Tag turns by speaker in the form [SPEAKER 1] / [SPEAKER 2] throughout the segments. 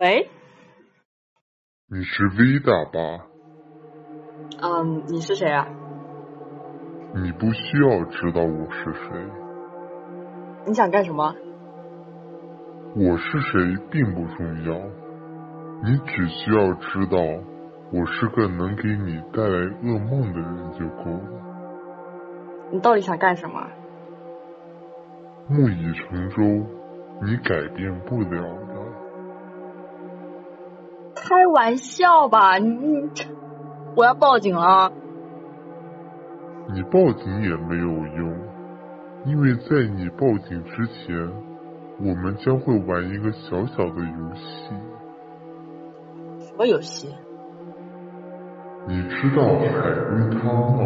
[SPEAKER 1] 喂，
[SPEAKER 2] 你是 Vida 吧？
[SPEAKER 1] 嗯，你是谁啊？
[SPEAKER 2] 你不需要知道我是谁，
[SPEAKER 1] 你想干什么？
[SPEAKER 2] 我是谁并不重要，你只需要知道我是个能给你带来噩梦的人就够了。
[SPEAKER 1] 你到底想干什么？
[SPEAKER 2] 木已成舟，你改变不了的。
[SPEAKER 1] 开玩笑吧，你你这，我要报警了。
[SPEAKER 2] 你报警也没有用，因为在你报警之前，我们将会玩一个小小的游戏。
[SPEAKER 1] 什么游戏？
[SPEAKER 2] 你知道海龟汤吗？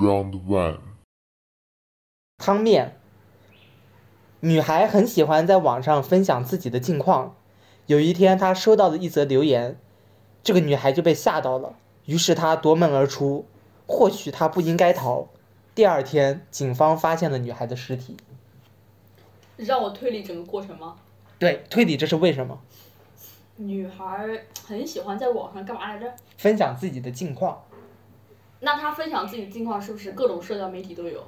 [SPEAKER 2] Round one，
[SPEAKER 3] 汤面。女孩很喜欢在网上分享自己的近况。有一天，她收到了一则留言，这个女孩就被吓到了，于是她夺门而出。或许她不应该逃。第二天，警方发现了女孩的尸体。
[SPEAKER 4] 让我推理整个过程吗？
[SPEAKER 3] 对，推理这是为什么？
[SPEAKER 4] 女孩很喜欢在网上干嘛来着？
[SPEAKER 3] 分享自己的近况，
[SPEAKER 4] 那她分享自己的近况是不是各种社交媒体都有？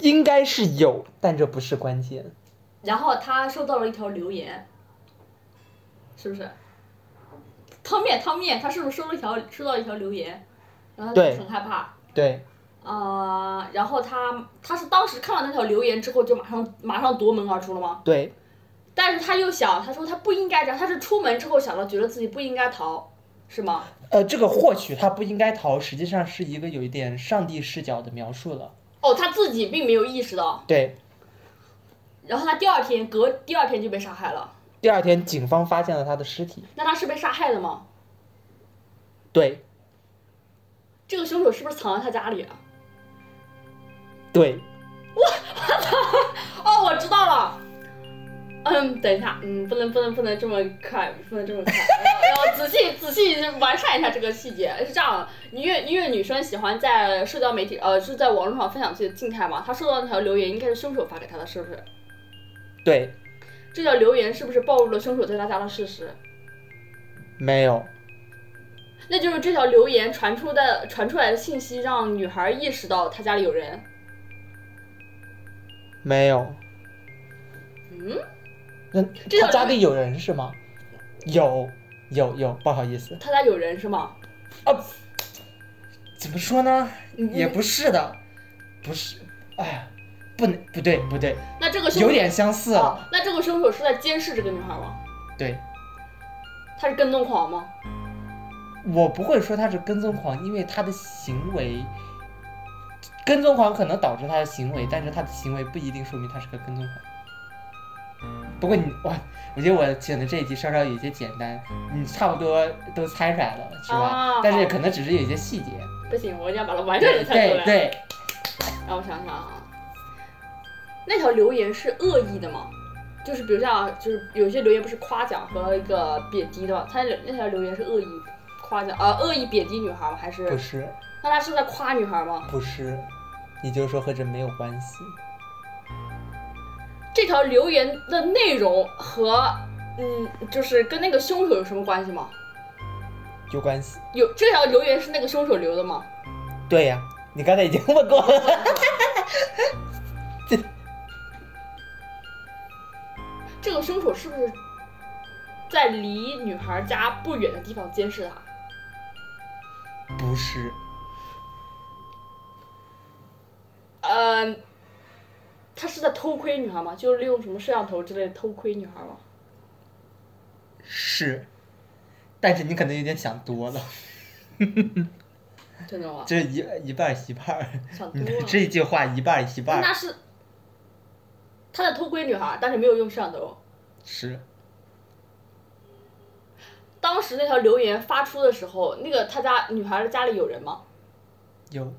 [SPEAKER 3] 应该是有，但这不是关键。
[SPEAKER 4] 然后她收到了一条留言，是不是？汤面汤面，她是不是收了一条收到一条留言，然后她
[SPEAKER 3] 对
[SPEAKER 4] 就很害怕。
[SPEAKER 3] 对，
[SPEAKER 4] 啊、然后她她是当时看到那条留言之后就马上马上夺门而出了吗？
[SPEAKER 3] 对，
[SPEAKER 4] 但是她又想，她说她不应该这样，她是出门之后想到觉得自己不应该逃，是吗？
[SPEAKER 3] 呃，这个或许她不应该逃，实际上是一个有一点上帝视角的描述了。
[SPEAKER 4] 哦，她自己并没有意识到，
[SPEAKER 3] 对，
[SPEAKER 4] 然后她第二天隔第二天就被杀害了。
[SPEAKER 3] 第二天警方发现了她的尸体。
[SPEAKER 4] 那她是被杀害的吗？
[SPEAKER 3] 对，
[SPEAKER 4] 这个凶手是不是藏在她家里啊？
[SPEAKER 3] 对，
[SPEAKER 4] 哦，我知道了。嗯，等一下，嗯，不能不能不能这么快，不能这么快， 要要仔细仔细完善一下这个细节。是这样，你越你越女生喜欢在社交媒体呃是在网络上分享自己的静态嘛？她收到那条留言应该是凶手发给她的，是不是？
[SPEAKER 3] 对，
[SPEAKER 4] 这条留言是不是暴露了凶手在她家的事实？
[SPEAKER 3] 没有，
[SPEAKER 4] 那就是这条留言传出的传出来的信息让女孩意识到她家里有人。
[SPEAKER 3] 没有。
[SPEAKER 4] 嗯，
[SPEAKER 3] 那
[SPEAKER 4] 这
[SPEAKER 3] 他
[SPEAKER 4] 个
[SPEAKER 3] 家里有人是吗？有，有，有，不好意思，
[SPEAKER 4] 她家有人是吗？
[SPEAKER 3] 怎么说呢？
[SPEAKER 4] 你
[SPEAKER 3] 也不是的，不是，哎呀，不能，不对，不对，
[SPEAKER 4] 那这个凶手
[SPEAKER 3] 有点相似
[SPEAKER 4] 哦
[SPEAKER 3] 了。
[SPEAKER 4] 那这个凶手是在监视这个女孩吗？
[SPEAKER 3] 对，
[SPEAKER 4] 他是跟踪狂吗？
[SPEAKER 3] 我不会说他是跟踪狂，因为他的行为，跟踪狂可能导致他的行为，但是他的行为不一定说明他是个跟踪狂。不过你哇，我觉得我选的这一题稍稍有一些简单，你差不多都猜出来了，是吧？
[SPEAKER 4] 啊
[SPEAKER 3] 但是
[SPEAKER 4] 好
[SPEAKER 3] 可能只是有一些细节。
[SPEAKER 4] 不行，我一定要把它完整
[SPEAKER 3] 对
[SPEAKER 4] 的猜出
[SPEAKER 3] 对
[SPEAKER 4] 来。
[SPEAKER 3] 对，
[SPEAKER 4] 让我想想啊，那条留言是恶意的吗？就是比如像，就是有些留言不是夸奖和一个贬低的吗？他那条留言是恶意夸奖，呃，恶意贬低女孩吗？还是
[SPEAKER 3] 不是
[SPEAKER 4] 那他是在夸女孩吗？
[SPEAKER 3] 不是，你就说和这没有关系。
[SPEAKER 4] 这条留言的内容和嗯，就是跟那个凶手有什么关系吗？
[SPEAKER 3] 有关系。
[SPEAKER 4] 有这条留言是那个凶手留的吗？
[SPEAKER 3] 对呀、你刚才已经问过了。
[SPEAKER 4] 这个凶手是不是在离女孩家不远的地方监视她？
[SPEAKER 3] 不是，
[SPEAKER 4] 嗯，他是在偷窥女孩吗？就是利用什么摄像头之类的偷窥女孩吗？
[SPEAKER 3] 是，但是你可能有点想多了，
[SPEAKER 4] 真的吗？
[SPEAKER 3] 这一一半儿一半儿，
[SPEAKER 4] 想多
[SPEAKER 3] 你
[SPEAKER 4] 了。
[SPEAKER 3] 这一句话一半儿一半
[SPEAKER 4] 那
[SPEAKER 3] 儿
[SPEAKER 4] 是他在偷窥女孩，但是没有用摄像头。
[SPEAKER 3] 是
[SPEAKER 4] 当时那条留言发出的时候，那个他家女孩的家里有人吗？
[SPEAKER 3] 有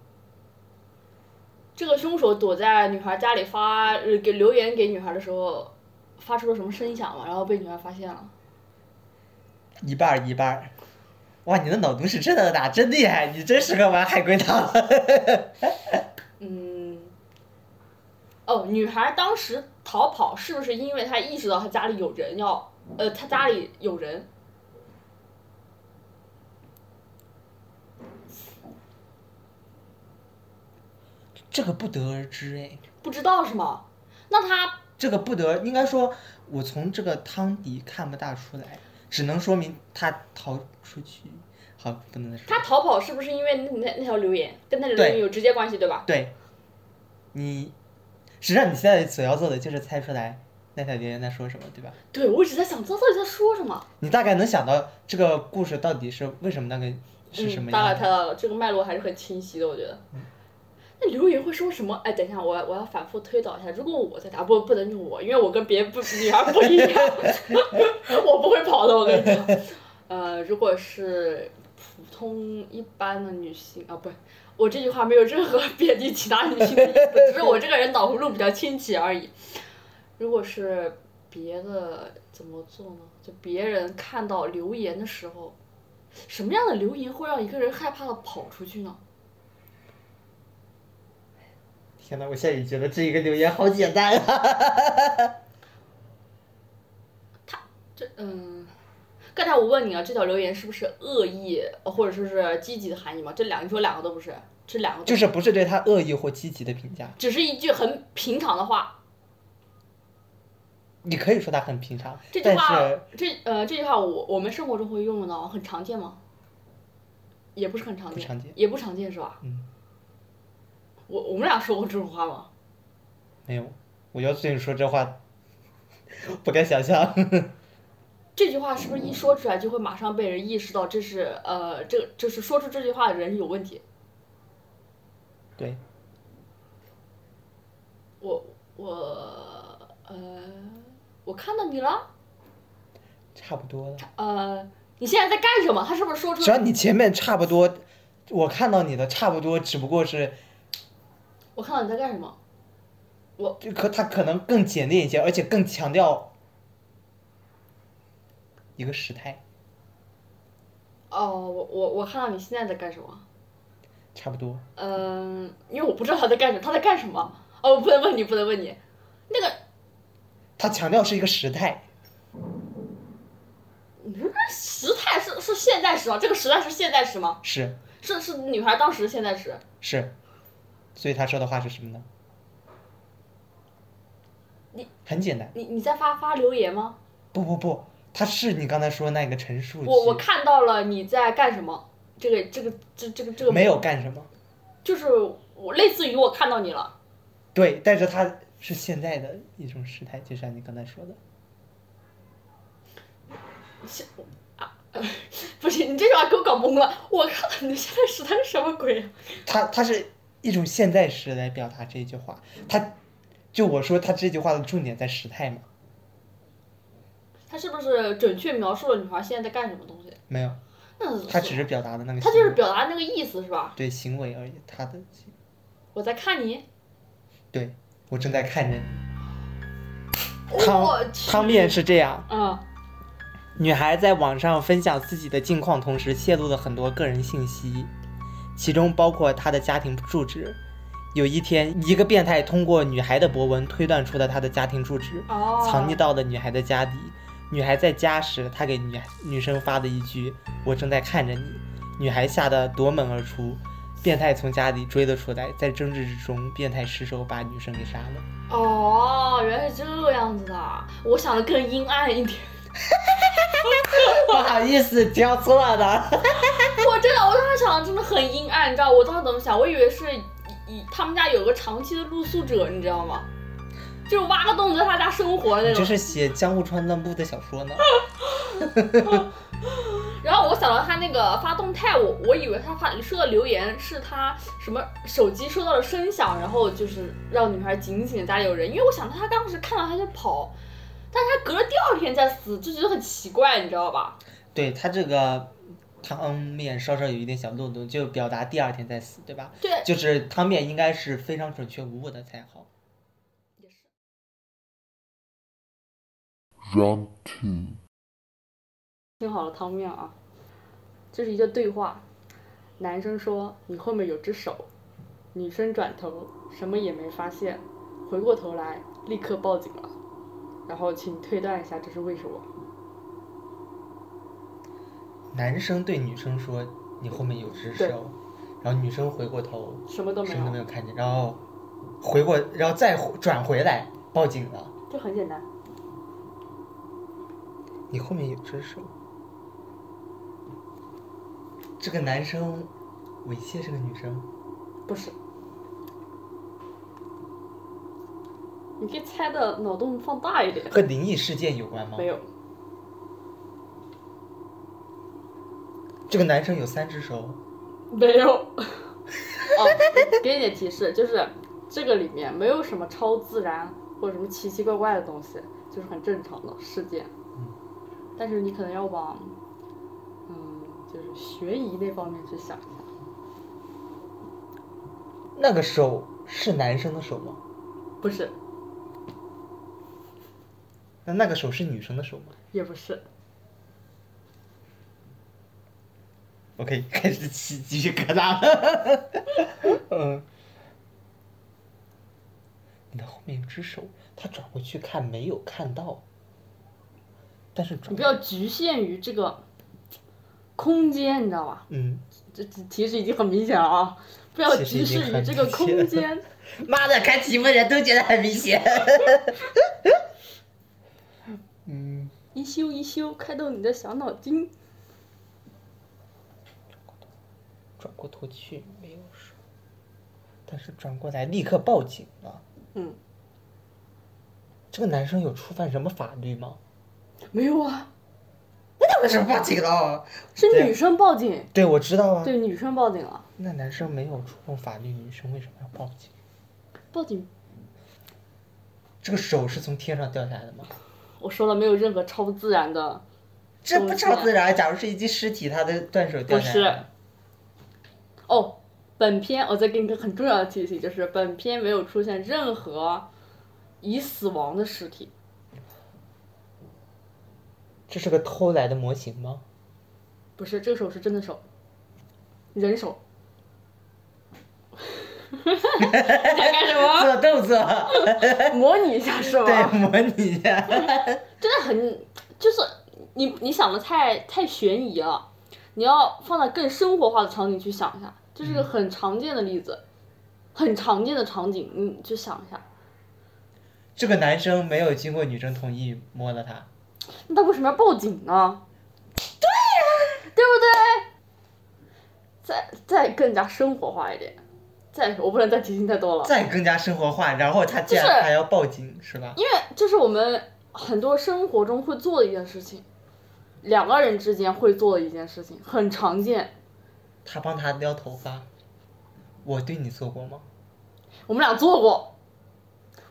[SPEAKER 4] 这个凶手躲在女孩家里发呃给留言给女孩的时候，发出了什么声响嘛？然后被女孩发现了。
[SPEAKER 3] 一半儿一半儿，哇，你的脑洞是真的大，真厉害，你真适合玩海龟汤。
[SPEAKER 4] 嗯，哦，女孩当时逃跑是不是因为她意识到她家里有人要，呃，她家里有人？
[SPEAKER 3] 这个不得而知哎，
[SPEAKER 4] 不知道是吗？那她
[SPEAKER 3] 这个不得，应该说，我从这个汤底看不大出来，只能说明他逃出去。好，不能再说。
[SPEAKER 4] 她逃跑是不是因为那那那条留言跟那条留
[SPEAKER 3] 对
[SPEAKER 4] 言有直接关系对吧？
[SPEAKER 3] 对，你实际上你现在所要做的就是猜出来那条留言在说什么，对吧？
[SPEAKER 4] 对，我一直在想，她到底在说什么？
[SPEAKER 3] 你大概能想到这个故事到底是为什么那个是什
[SPEAKER 4] 嗯，
[SPEAKER 3] 么
[SPEAKER 4] 大
[SPEAKER 3] 样
[SPEAKER 4] 概猜
[SPEAKER 3] 的？嗯
[SPEAKER 4] 到了，这个脉络还是很清晰的，我觉得。那留言会说什么？哎，等一下，我要我要反复推导一下。如果我在打，不不能用我，因为我跟别人不 女孩不一样，我不会跑的。我跟你讲，呃，如果是普通一般的女性啊，不，我这句话没有任何 贬低其他女性的意思，只是我这个人脑回路比较清奇而已。如果是别的怎么做呢？就别人看到留言的时候，什么样的留言会让一个人害怕的跑出去呢？
[SPEAKER 3] 天呐，我现在也觉得这一个留言好简单啊！
[SPEAKER 4] 这嗯，刚才我问你啊，这条留言是不是恶意或者说是积极的含义嘛？这两你说两个都不是，这两个都
[SPEAKER 3] 就是不是对他恶意或积极的评价，
[SPEAKER 4] 只是一句很平常的话。
[SPEAKER 3] 你可以说他很平常
[SPEAKER 4] 这，句
[SPEAKER 3] 但
[SPEAKER 4] 话
[SPEAKER 3] 是，
[SPEAKER 4] 这呃，这句话我我们生活中会用到，很常见吗？也不是很常见，
[SPEAKER 3] 不常见
[SPEAKER 4] 也不常见是吧？
[SPEAKER 3] 嗯，
[SPEAKER 4] 我我们俩说过这种话吗？
[SPEAKER 3] 没有，我要对你说这话， 不敢想象。
[SPEAKER 4] 这句话是不是一说出来就会马上被人意识到这是呃，这就是说出这句话的人有问题？
[SPEAKER 3] 对，
[SPEAKER 4] 我我呃，我看到你了，
[SPEAKER 3] 差不多了。
[SPEAKER 4] 呃，你现在在干什么？他是不是说出
[SPEAKER 3] 只要你前面差不多，我看到你的差不多，只不过是
[SPEAKER 4] 我看到你在干什么？
[SPEAKER 3] 就可他可能更简练一些，而且更强调一个时态，
[SPEAKER 4] 哦，我我我看到你现在在干什么？
[SPEAKER 3] 差不多。
[SPEAKER 4] 嗯，因为我不知道他在干什么，他在干什么？哦，我不能问你，不能问你。那个，
[SPEAKER 3] 他强调是一个时态，
[SPEAKER 4] 你说这时态是是现代时啊？这个时代是现代时吗？
[SPEAKER 3] 是
[SPEAKER 4] 是是女孩当时的现代时。
[SPEAKER 3] 是，所以他说的话是什么呢？
[SPEAKER 4] 你
[SPEAKER 3] 很简单，
[SPEAKER 4] 你你在发发留言吗？
[SPEAKER 3] 不不不，他是你刚才说那个陈述句，
[SPEAKER 4] 我我看到了你在干什么？这个这个这这个这个
[SPEAKER 3] 没有，干什么，
[SPEAKER 4] 就是我类似于我看到你了。
[SPEAKER 3] 对，但是他是现在的一种时态，就像你刚才说的，
[SPEAKER 4] 不是你这句话给我搞懵了，我看到你的现代时态是什么鬼、啊？
[SPEAKER 3] 他他是一种现在时来表达这一句话，他就我说他这句话的重点在时态嘛，
[SPEAKER 4] 他是不是准确描述了女孩现在在干什么东西？
[SPEAKER 3] 没有，
[SPEAKER 4] 那
[SPEAKER 3] 他只是表达的那个
[SPEAKER 4] 他
[SPEAKER 3] 行为，
[SPEAKER 4] 就是表达那个意思是吧？
[SPEAKER 3] 对行为而已，他的行
[SPEAKER 4] 我在看你，
[SPEAKER 3] 对我正在看着你。
[SPEAKER 4] 我
[SPEAKER 3] 汤
[SPEAKER 4] 去
[SPEAKER 3] 汤面是这样，
[SPEAKER 4] 嗯
[SPEAKER 3] 女孩在网上分享自己的近况，同时泄露了很多个人信息，其中包括她的家庭住址。有一天，一个变态通过女孩的博文推断出了她的家庭住址，
[SPEAKER 4] 哦，
[SPEAKER 3] 藏匿到了女孩的家里。女孩在家时，他给女女生发的一句“我正在看着你”，女孩吓得夺门而出。变态从家里追了出来，在争执之中，变态失手把女生给杀了。
[SPEAKER 4] 哦，原来是这样子的，我想的更阴暗一点。
[SPEAKER 3] 不好意思，挑错了。
[SPEAKER 4] 我真的，我当时想的真的很阴暗，你知道我当时怎么想？我以为是以以他们家有个长期的露宿者，你知道吗？就是挖个洞在他家生活的那
[SPEAKER 3] 这
[SPEAKER 4] 种。
[SPEAKER 3] 是写江户川乱步的小说呢。
[SPEAKER 4] 然后我想到他那个发动态，我我以为他发收到留言是他什么手机收到了声响，然后就是让女孩警醒家里有人，因为我想他当时看到他就跑，但是他隔了第二天再死，就觉得很奇怪，你知道吧？
[SPEAKER 3] 对他这个汤面稍稍有一点小漏洞，就表达第二天再死，对吧？
[SPEAKER 4] 对，
[SPEAKER 3] 就是汤面应该是非常准确无误的才好。
[SPEAKER 4] 也是。
[SPEAKER 2] Round two.
[SPEAKER 4] 听好了汤面啊，这是一个对话。男生说：“你后面有只手。”女生转头，什么也没发现，回过头来立刻报警了。然后，请推断一下这是为什么？
[SPEAKER 3] 男生对女生说：“你后面有只
[SPEAKER 4] 对
[SPEAKER 3] 手。”然后女生回过头，
[SPEAKER 4] 什么都没
[SPEAKER 3] 什么都没
[SPEAKER 4] 有，
[SPEAKER 3] 有看见，然后回过，然后再回转回来报警了。
[SPEAKER 4] 就很简单。
[SPEAKER 3] 你后面有只手。这个男生猥亵这个女生，
[SPEAKER 4] 不是。你可以猜的脑洞放大一点。
[SPEAKER 3] 和灵异事件有关吗？
[SPEAKER 4] 没。有，
[SPEAKER 3] 这个男生有三只手，
[SPEAKER 4] 没有。哦，给你点提示，就是这个里面没有什么超自然或者什么奇奇怪怪的东西，就是很正常的事件。但是你可能要往，嗯，就是悬疑那方面去想一下。
[SPEAKER 3] 那个手是男生的手吗？
[SPEAKER 4] 不是，
[SPEAKER 3] 那那个手是女生的手吗
[SPEAKER 4] 也不是，
[SPEAKER 3] ？OK，开 始起鸡皮疙瘩 了。嗯，你的后面有只手，他转过去看没有看到，但是转
[SPEAKER 4] 你不要局限于这个空间，你知道吧？
[SPEAKER 3] 嗯，
[SPEAKER 4] 这这提示已经很明显了啊！不要
[SPEAKER 3] 其实
[SPEAKER 4] 局
[SPEAKER 3] 已
[SPEAKER 4] 限
[SPEAKER 3] 经
[SPEAKER 4] 于
[SPEAKER 3] 很
[SPEAKER 4] 这个
[SPEAKER 3] 明显
[SPEAKER 4] 空间。
[SPEAKER 3] 妈的，看题目的人都觉得很明显。 嗯，
[SPEAKER 4] 一修一修，开动你的小脑筋。
[SPEAKER 3] 转过头去没有手，但是转过来立刻报警了。
[SPEAKER 4] 嗯，
[SPEAKER 3] 这个男生有触犯什么法律吗？
[SPEAKER 4] 没有啊，
[SPEAKER 3] 那为什么报警了？
[SPEAKER 4] 是
[SPEAKER 3] 啊
[SPEAKER 4] 女生报警，
[SPEAKER 3] 对，我知道啊。
[SPEAKER 4] 对，女生报警了，
[SPEAKER 3] 那男生没有触碰法律，女生为什么要报警？
[SPEAKER 4] 报警。
[SPEAKER 3] 这个手是从天上掉下来的吗？
[SPEAKER 4] 我说了，没有任何超自然的，
[SPEAKER 3] 这不超自然。啊假如是一具尸体，他的断手掉
[SPEAKER 4] 不
[SPEAKER 3] 下来。
[SPEAKER 4] 是。哦，本片我再给你个很重要的提醒，就是本片没有出现任何已死亡的尸体，
[SPEAKER 3] 这是个偷来的模型吗？
[SPEAKER 4] 不是，这个手是真的手，人手。 想 干什么？
[SPEAKER 3] 啊做动 作，
[SPEAKER 4] 模拟一下是吗？
[SPEAKER 3] 对，模拟一下。
[SPEAKER 4] 真的很，就是你你想的太太悬疑了，你要放在更生活化的场景去想一下，这是个很常见的例子，很常见的场景，你去想一下，
[SPEAKER 3] 这个男生没有经过女生同意摸了她，
[SPEAKER 4] 那他为什么要报警呢？对呀、对不对？再再更加生活化一点，再我不能再提醒太多了，
[SPEAKER 3] 再更加生活化，然后他竟
[SPEAKER 4] 就是
[SPEAKER 3] 然还要报警，是吧？
[SPEAKER 4] 因为这是我们很多生活中会做的一件事情，两个人之间会做的一件事情，很常见。
[SPEAKER 3] 他帮她撩头发，我对你做过吗？
[SPEAKER 4] 我们俩做过，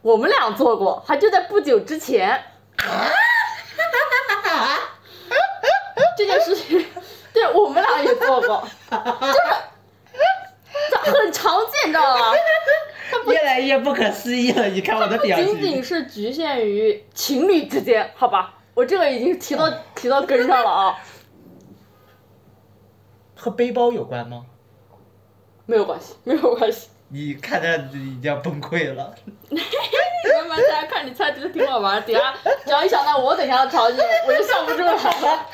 [SPEAKER 4] 我们俩做过，还就在不久之前。这件事情，对我们俩也做过，就是这很常见，你知道吗？
[SPEAKER 3] 越来越不可思议了，你看我的表
[SPEAKER 4] 仅仅
[SPEAKER 3] 情。
[SPEAKER 4] 是局限于情侣之间，好吧？我这个已经提到提到根上了啊，
[SPEAKER 3] 和背包有关吗？
[SPEAKER 4] 没有关系，没有关系。
[SPEAKER 3] 你看他已经要崩溃了。
[SPEAKER 4] 慢慢猜，看你猜觉得挺好玩儿。等下只要一想到我等下的场景，我就笑不出来了。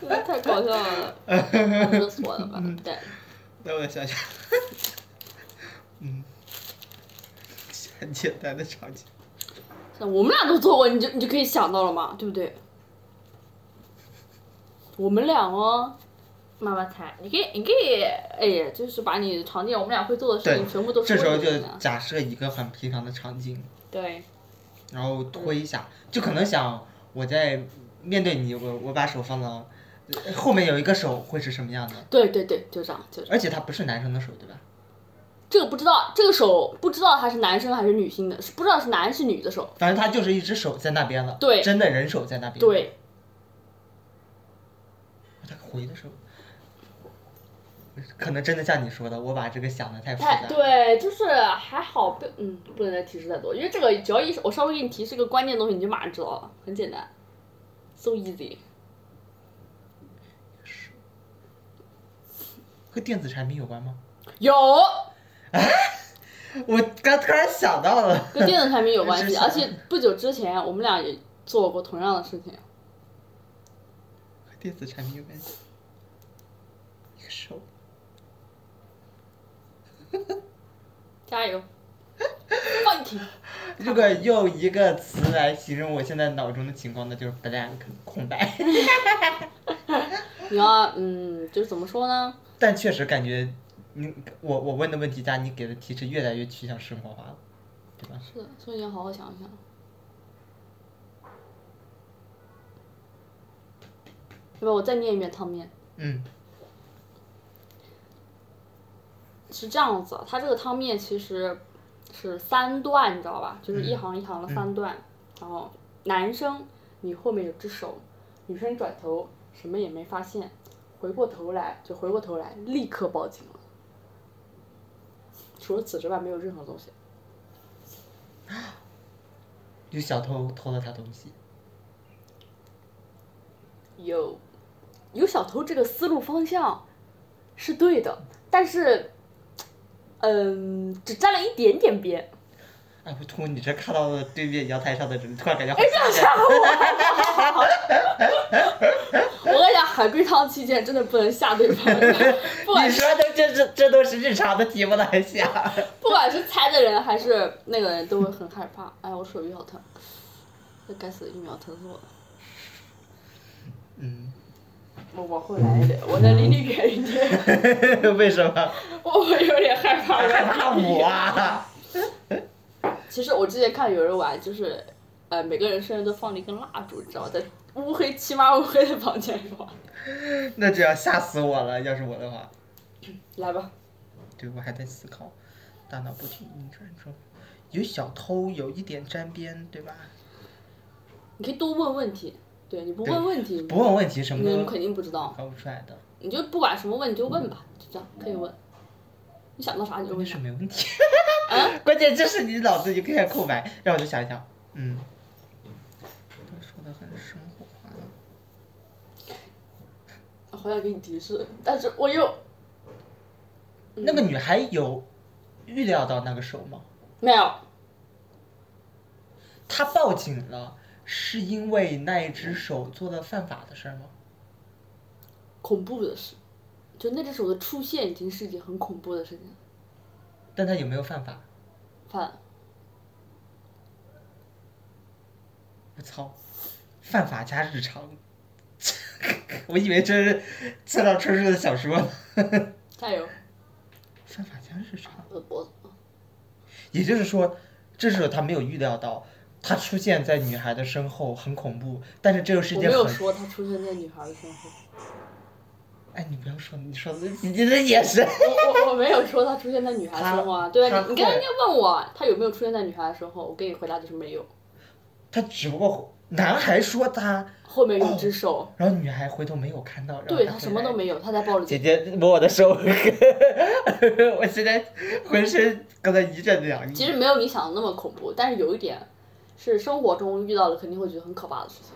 [SPEAKER 4] 真的太搞笑了，勒死我了吧？对，
[SPEAKER 3] 那我想想， 嗯，很简单的场景。
[SPEAKER 4] 像我们俩都做过，你就你就可以想到了嘛，对不对？我们俩哦，慢慢猜，你可以，你可以，哎呀，就是把你常见我们俩会做的事情
[SPEAKER 3] 对
[SPEAKER 4] 全部都
[SPEAKER 3] 这
[SPEAKER 4] 说一
[SPEAKER 3] 时候
[SPEAKER 4] 遍
[SPEAKER 3] 就
[SPEAKER 4] 啊
[SPEAKER 3] 假设一个很平常的场景，
[SPEAKER 4] 对，
[SPEAKER 3] 然后推一下，就可能想我在面对你，我我把手放到呃后面有一个手会是什么样的？
[SPEAKER 4] 对对对，就这样，就这样。
[SPEAKER 3] 而且它不是男生的手，对吧？
[SPEAKER 4] 这个不知道，这个手不知道他是男生还是女性的，是不知道是男是女的手。
[SPEAKER 3] 反正它就是一只手在那边了，
[SPEAKER 4] 对
[SPEAKER 3] 真的人手在那边。，
[SPEAKER 4] 对，
[SPEAKER 3] 他回的时候，可能真的像你说的，我把这个想的太复杂
[SPEAKER 4] 太
[SPEAKER 3] 了。
[SPEAKER 4] 对，就是还好被嗯，不能再提示太多，因为这个只要一我稍微给你提示个关键东西，你就马上知道了，很简单，so easy。
[SPEAKER 3] 和电子产品有关吗？
[SPEAKER 4] 有
[SPEAKER 3] 我刚突然想到了，
[SPEAKER 4] 跟电子产品有关
[SPEAKER 3] 是
[SPEAKER 4] 系，
[SPEAKER 3] 是
[SPEAKER 4] 而且不久之前我们俩也做过同样的事情。
[SPEAKER 3] 和电子产品有关系。一个手，
[SPEAKER 4] 加 油，funky，
[SPEAKER 3] 如果用一个词来形容我现在脑中的情况，那就是 blank 空白。
[SPEAKER 4] 你要嗯，就是怎么说呢？
[SPEAKER 3] 但确实感觉你我我问的问题加你给的提示越来越趋向生活化了，对吧？
[SPEAKER 4] 是的，所以你要好好想一想。要不我再念一遍汤面。
[SPEAKER 3] 嗯，
[SPEAKER 4] 是这样子，它这个汤面其实是三段，你知道吧？就是一行一行的三段。然后男生，你后面有只手，女生转头什么也没发现，回过头来就回过头来，立刻报警了。除了此之外，没有任何东西。
[SPEAKER 3] 有小偷偷了他东西，
[SPEAKER 4] 有有小偷这个思路方向是对的，但是，嗯，只沾了一点点边。
[SPEAKER 3] 哎，我通过你这看到了对面阳台上的人，突然感觉好
[SPEAKER 4] 哎，这样
[SPEAKER 3] 吓人
[SPEAKER 4] 吓我！我跟你讲，海龟汤期间真的不能吓对方，不管
[SPEAKER 3] 你
[SPEAKER 4] 是
[SPEAKER 3] 说的这这这都是日常的题目了，还 想？
[SPEAKER 4] 不管是猜的人还是那个人都会很害怕。哎，我手又好疼，这该死的疫苗疼死我了。
[SPEAKER 3] 嗯，
[SPEAKER 4] 我往后来一点，我再离你远一点，
[SPEAKER 3] 为什么？
[SPEAKER 4] 我有点害怕了。
[SPEAKER 3] 害 怕我啊？
[SPEAKER 4] 其实我之前看有人玩，就是，呃，每个人身上都放了一根蜡烛，你知道吗，在乌黑漆麻乌黑的房间里玩。
[SPEAKER 3] 那就要吓死我了，要是我的话。
[SPEAKER 4] 来吧，
[SPEAKER 3] 对我还在思考，大脑不停运转中，有小偷，有一点沾边，对吧？
[SPEAKER 4] 你可以多问问题，对，你不
[SPEAKER 3] 对
[SPEAKER 4] 问问题，
[SPEAKER 3] 不问问题什么
[SPEAKER 4] 你
[SPEAKER 3] 都
[SPEAKER 4] 肯定不知道。
[SPEAKER 3] 搞不出来的，
[SPEAKER 4] 你就不管什么问，你就问吧，就这样可以问。你想到啥你就
[SPEAKER 3] 那
[SPEAKER 4] 问啥
[SPEAKER 3] 是。没问题。
[SPEAKER 4] 啊，
[SPEAKER 3] 关键这是你脑子一片空白，让我就想一想，嗯，都说的很生活化了。
[SPEAKER 4] 我好想给你提示，但是我又嗯
[SPEAKER 3] 那个女孩有预料到那个手吗？
[SPEAKER 4] 没有。
[SPEAKER 3] 她报警了，是因为那一只手做了犯法的事儿吗？
[SPEAKER 4] 恐怖的是，就那只手的出现已经是一件很恐怖的事情了。
[SPEAKER 3] 但她有没有犯法？
[SPEAKER 4] 犯了，
[SPEAKER 3] 我操，犯法加日常， 我以为这是村上春树的小说呢。
[SPEAKER 4] 加油！
[SPEAKER 3] 犯法加日常，
[SPEAKER 4] 我我
[SPEAKER 3] 也就是说，这时候他没有预料到，他出现在女孩的身后很恐怖，但是这又是一
[SPEAKER 4] 我
[SPEAKER 3] 件
[SPEAKER 4] 没有
[SPEAKER 3] 很……
[SPEAKER 4] 说他出现在女孩的身后。
[SPEAKER 3] 哎，你不要说，你说你你的眼神，
[SPEAKER 4] 我我我没有说他出现在女孩生活啊，对
[SPEAKER 3] 他
[SPEAKER 4] 啊，你你刚刚就问我他有没有出现在女孩的生活，我给你回答就是没有。
[SPEAKER 3] 他只不过男孩说他，
[SPEAKER 4] 后面有一只手，
[SPEAKER 3] 然后女孩回头没有看到，然后
[SPEAKER 4] 对
[SPEAKER 3] 她
[SPEAKER 4] 他什么都
[SPEAKER 3] 回来。
[SPEAKER 4] 没有，他在抱着
[SPEAKER 3] 姐
[SPEAKER 4] 姐，
[SPEAKER 3] 姐摸我的手， 我现在浑身刚才一阵凉意。
[SPEAKER 4] 其实没有你想的那么恐怖，但是有一点是生活中遇到了肯定会觉得很可怕的事情。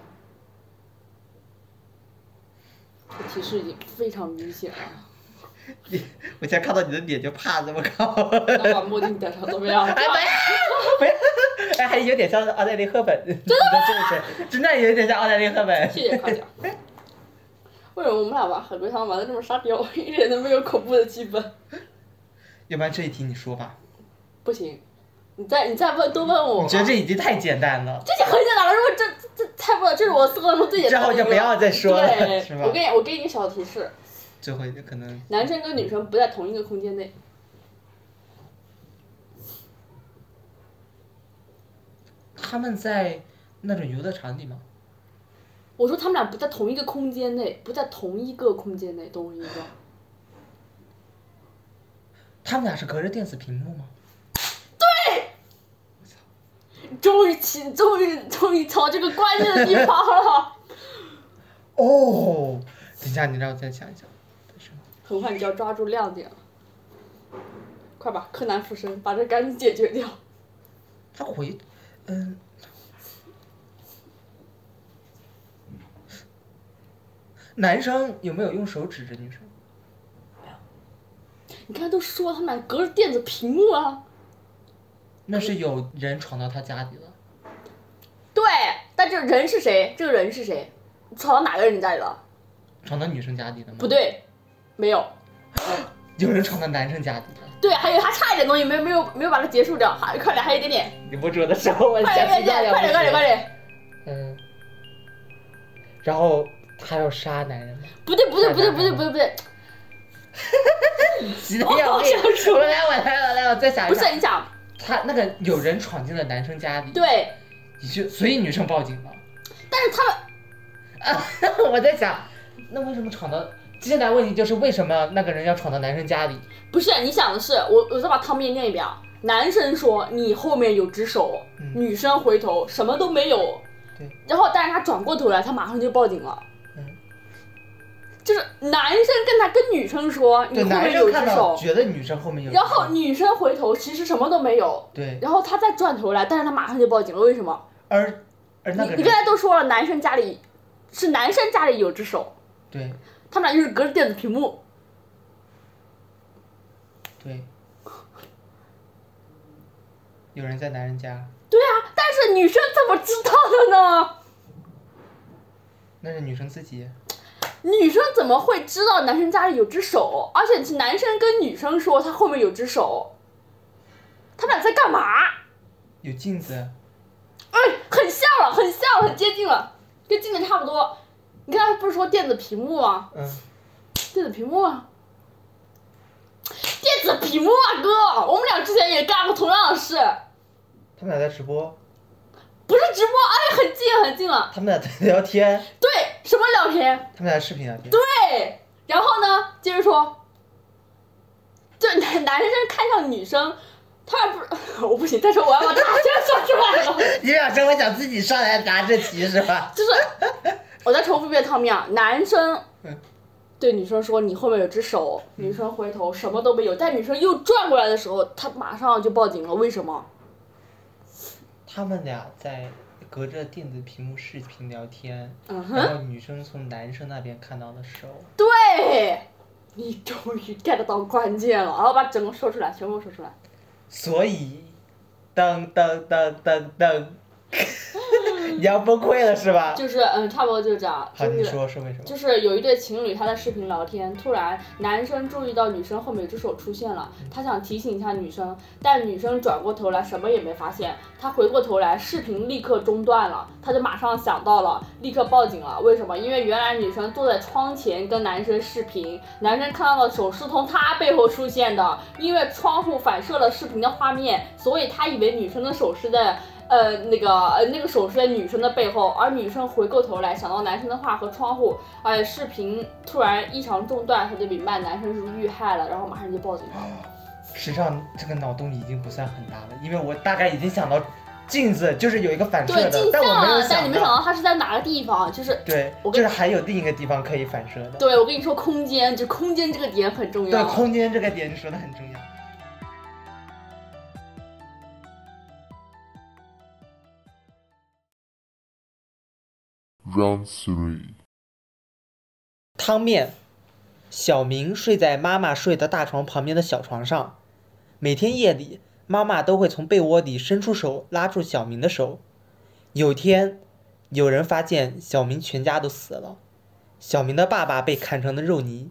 [SPEAKER 4] 这提示已经非常明显了，
[SPEAKER 3] 你， 我现在看到你的脸就怕，怎么搞？
[SPEAKER 4] 那把墨镜戴上怎么样？
[SPEAKER 3] 哎，还有点像奥黛丽·赫本，真的真的有点像奥黛丽·赫本。
[SPEAKER 4] 谢谢夸奖。为什么我们俩玩海龟汤玩的这么沙雕，一点都没有恐怖的气氛？
[SPEAKER 3] 要不然这一题你说吧，
[SPEAKER 4] 不行，你再你再问多问我吧。
[SPEAKER 3] 我觉得这已经太简单了。
[SPEAKER 4] 这就很简单了，如果这这这猜不到，这是我思考中最简单
[SPEAKER 3] 之
[SPEAKER 4] 的。
[SPEAKER 3] 后就不要再说了，
[SPEAKER 4] 对
[SPEAKER 3] 是，吧
[SPEAKER 4] 我？给你我给你个小提示，
[SPEAKER 3] 最后一个可能
[SPEAKER 4] 男生跟女生不在同一个空间内，
[SPEAKER 3] 他们在那种游乐场里吗？
[SPEAKER 4] 我说他们俩不在同一个空间内，不在同一个空间内，懂我意思吗？
[SPEAKER 3] 他们俩是隔着电子屏幕吗？
[SPEAKER 4] 终于起，终于终于朝这个关键的地方了，
[SPEAKER 3] 哦，等一下，你让我再想一想。
[SPEAKER 4] 很快你就要抓住亮点了，快把柯南附身，把这赶紧解决掉。
[SPEAKER 3] 他回，嗯，男生有没有用手指着女生？
[SPEAKER 4] 你看都说他们俩隔着电子屏幕啊。
[SPEAKER 3] 那是有人闯到他家里了。
[SPEAKER 4] 对，但这人是谁？这个人是谁？闯到哪个人家里了？
[SPEAKER 3] 闯到女生家里的吗？
[SPEAKER 4] 不，对，没有。
[SPEAKER 3] 有人闯到男生家里了。
[SPEAKER 4] 对，还有他差一点东西没有没有没有把它结束掉，还快点，还有一点点，
[SPEAKER 3] 你不说的时候，我
[SPEAKER 4] 快
[SPEAKER 3] 想
[SPEAKER 4] 点快
[SPEAKER 3] 起大
[SPEAKER 4] 点
[SPEAKER 3] 家
[SPEAKER 4] 快点快点快
[SPEAKER 3] 点。
[SPEAKER 4] 点！
[SPEAKER 3] 嗯，然后他要杀男人吗？
[SPEAKER 4] 不对不对不对不对不对不对，
[SPEAKER 3] 急得要
[SPEAKER 4] 我想
[SPEAKER 3] 命！我来，我来，我来，我再想
[SPEAKER 4] 不
[SPEAKER 3] 一
[SPEAKER 4] 是
[SPEAKER 3] 想。
[SPEAKER 4] 你想
[SPEAKER 3] 他那个有人闯进了男生家里，
[SPEAKER 4] 对，
[SPEAKER 3] 你去，所以女生报警了。
[SPEAKER 4] 但是他 们
[SPEAKER 3] 我在想，那为什么闯到？接下来问题就是为什么那个人要闯到男生家里？
[SPEAKER 4] 不是你想的是我我再把汤面念一遍啊。男生说你后面有只手，
[SPEAKER 3] 嗯
[SPEAKER 4] 女生回头什么都没有，
[SPEAKER 3] 对，
[SPEAKER 4] 然后但是他转过头来，他马上就报警了。
[SPEAKER 3] 嗯
[SPEAKER 4] 就是男生跟他跟女生说你
[SPEAKER 3] 对，
[SPEAKER 4] 后
[SPEAKER 3] 男
[SPEAKER 4] 面有
[SPEAKER 3] 生
[SPEAKER 4] 只
[SPEAKER 3] 看到
[SPEAKER 4] 手，
[SPEAKER 3] 觉得女生后面有只手，
[SPEAKER 4] 然后女生回头其实什么都没有，
[SPEAKER 3] 对，
[SPEAKER 4] 然后他再转头来，但是他马上就报警了，为什么？
[SPEAKER 3] 而而那
[SPEAKER 4] 你
[SPEAKER 3] 个
[SPEAKER 4] 你
[SPEAKER 3] 人
[SPEAKER 4] 刚才都说了，男生家里是男生家里有只手，
[SPEAKER 3] 对
[SPEAKER 4] 他们俩就是隔着电子屏幕。
[SPEAKER 3] 对，有人在男人家，
[SPEAKER 4] 对啊，但是女生怎么知道的呢？
[SPEAKER 3] 那是女生自己，
[SPEAKER 4] 女生怎么会知道男生家里有只手？而且是男生跟女生说他后面有只手，他们俩在干嘛？
[SPEAKER 3] 有镜子，
[SPEAKER 4] 哎，很像了，很像了，很接近了，跟镜子差不多。你刚才不是说电子屏幕吗？
[SPEAKER 3] 嗯，
[SPEAKER 4] 电子屏幕啊，电子屏幕啊，哥，我们俩之前也干过同样的事。
[SPEAKER 3] 他们俩在直播，
[SPEAKER 4] 不是直播，哎，很近很近了。
[SPEAKER 3] 他们俩在聊天，
[SPEAKER 4] 对，什么聊天？
[SPEAKER 3] 他们俩视频聊天，
[SPEAKER 4] 对，然后呢，接着说，就男男生看上女生，他不是， 我不行，再说我要把大家说出来了。
[SPEAKER 3] 你俩生我想自己上来答这题是吧？
[SPEAKER 4] 就是，我再重复一遍汤面啊，男生
[SPEAKER 3] 嗯
[SPEAKER 4] 对女生说你后面有只手，女生回头什么都没有，但女生又转过来的时候，他马上就报警了，为什么？
[SPEAKER 3] 他们俩在隔着电子屏幕视频聊天，
[SPEAKER 4] 嗯哼。
[SPEAKER 3] 然后女生从男生那边看到了手，
[SPEAKER 4] 对，你终于 get 到关键了，然后把整个说出来，全部说出来。
[SPEAKER 3] 所以，噔噔噔噔噔， 你要崩溃了是吧？
[SPEAKER 4] 嗯就是嗯，差不多就是这样。
[SPEAKER 3] 好，
[SPEAKER 4] 就
[SPEAKER 3] 你
[SPEAKER 4] 是
[SPEAKER 3] 说是为什么？
[SPEAKER 4] 就是有一对情侣，他在视频聊天，突然男生注意到女生后面有只手出现了，他想提醒一下女生，但女生转过头来什么也没发现，他回过头来，视频立刻中断了，他就马上想到了，立刻报警了。为什么？因为原来女生坐在窗前跟男生视频，男生看到的手是从他背后出现的，因为窗户反射了视频的画面，所以他以为女生的手是在呃，那个 呃，那个手是在女生的背后，而女生回过头来想到男生的话和窗户，哎、视频突然异常中断，他就明白男生是遇害了，然后马上就报警了。
[SPEAKER 3] 啊实际上这个脑洞已经不算很大了，因为我大概已经想到镜子就是有一个反射
[SPEAKER 4] 对，
[SPEAKER 3] 的
[SPEAKER 4] 镜，像
[SPEAKER 3] 但我没有
[SPEAKER 4] 啊，但你没想
[SPEAKER 3] 到，
[SPEAKER 4] 到他是在哪个地方，就是
[SPEAKER 3] 对，
[SPEAKER 4] 我
[SPEAKER 3] 就
[SPEAKER 4] 跟
[SPEAKER 3] 是还有另一个地方可以反射的。
[SPEAKER 4] 对我跟你说，空间就空间这个点很重
[SPEAKER 3] 对啊
[SPEAKER 4] 要。
[SPEAKER 3] 空间这个点你说的很重要。
[SPEAKER 2] Round three.
[SPEAKER 3] 汤面，小明睡在妈妈睡的大床旁边的小床上，每天夜里，妈妈都会从被窝里伸出手拉住小明的手。有天，有人发现小明全家都死了，小明的爸爸被砍成了肉泥，